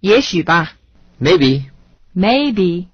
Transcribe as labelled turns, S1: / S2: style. S1: 也许吧
S2: Maybe.
S1: ，maybe。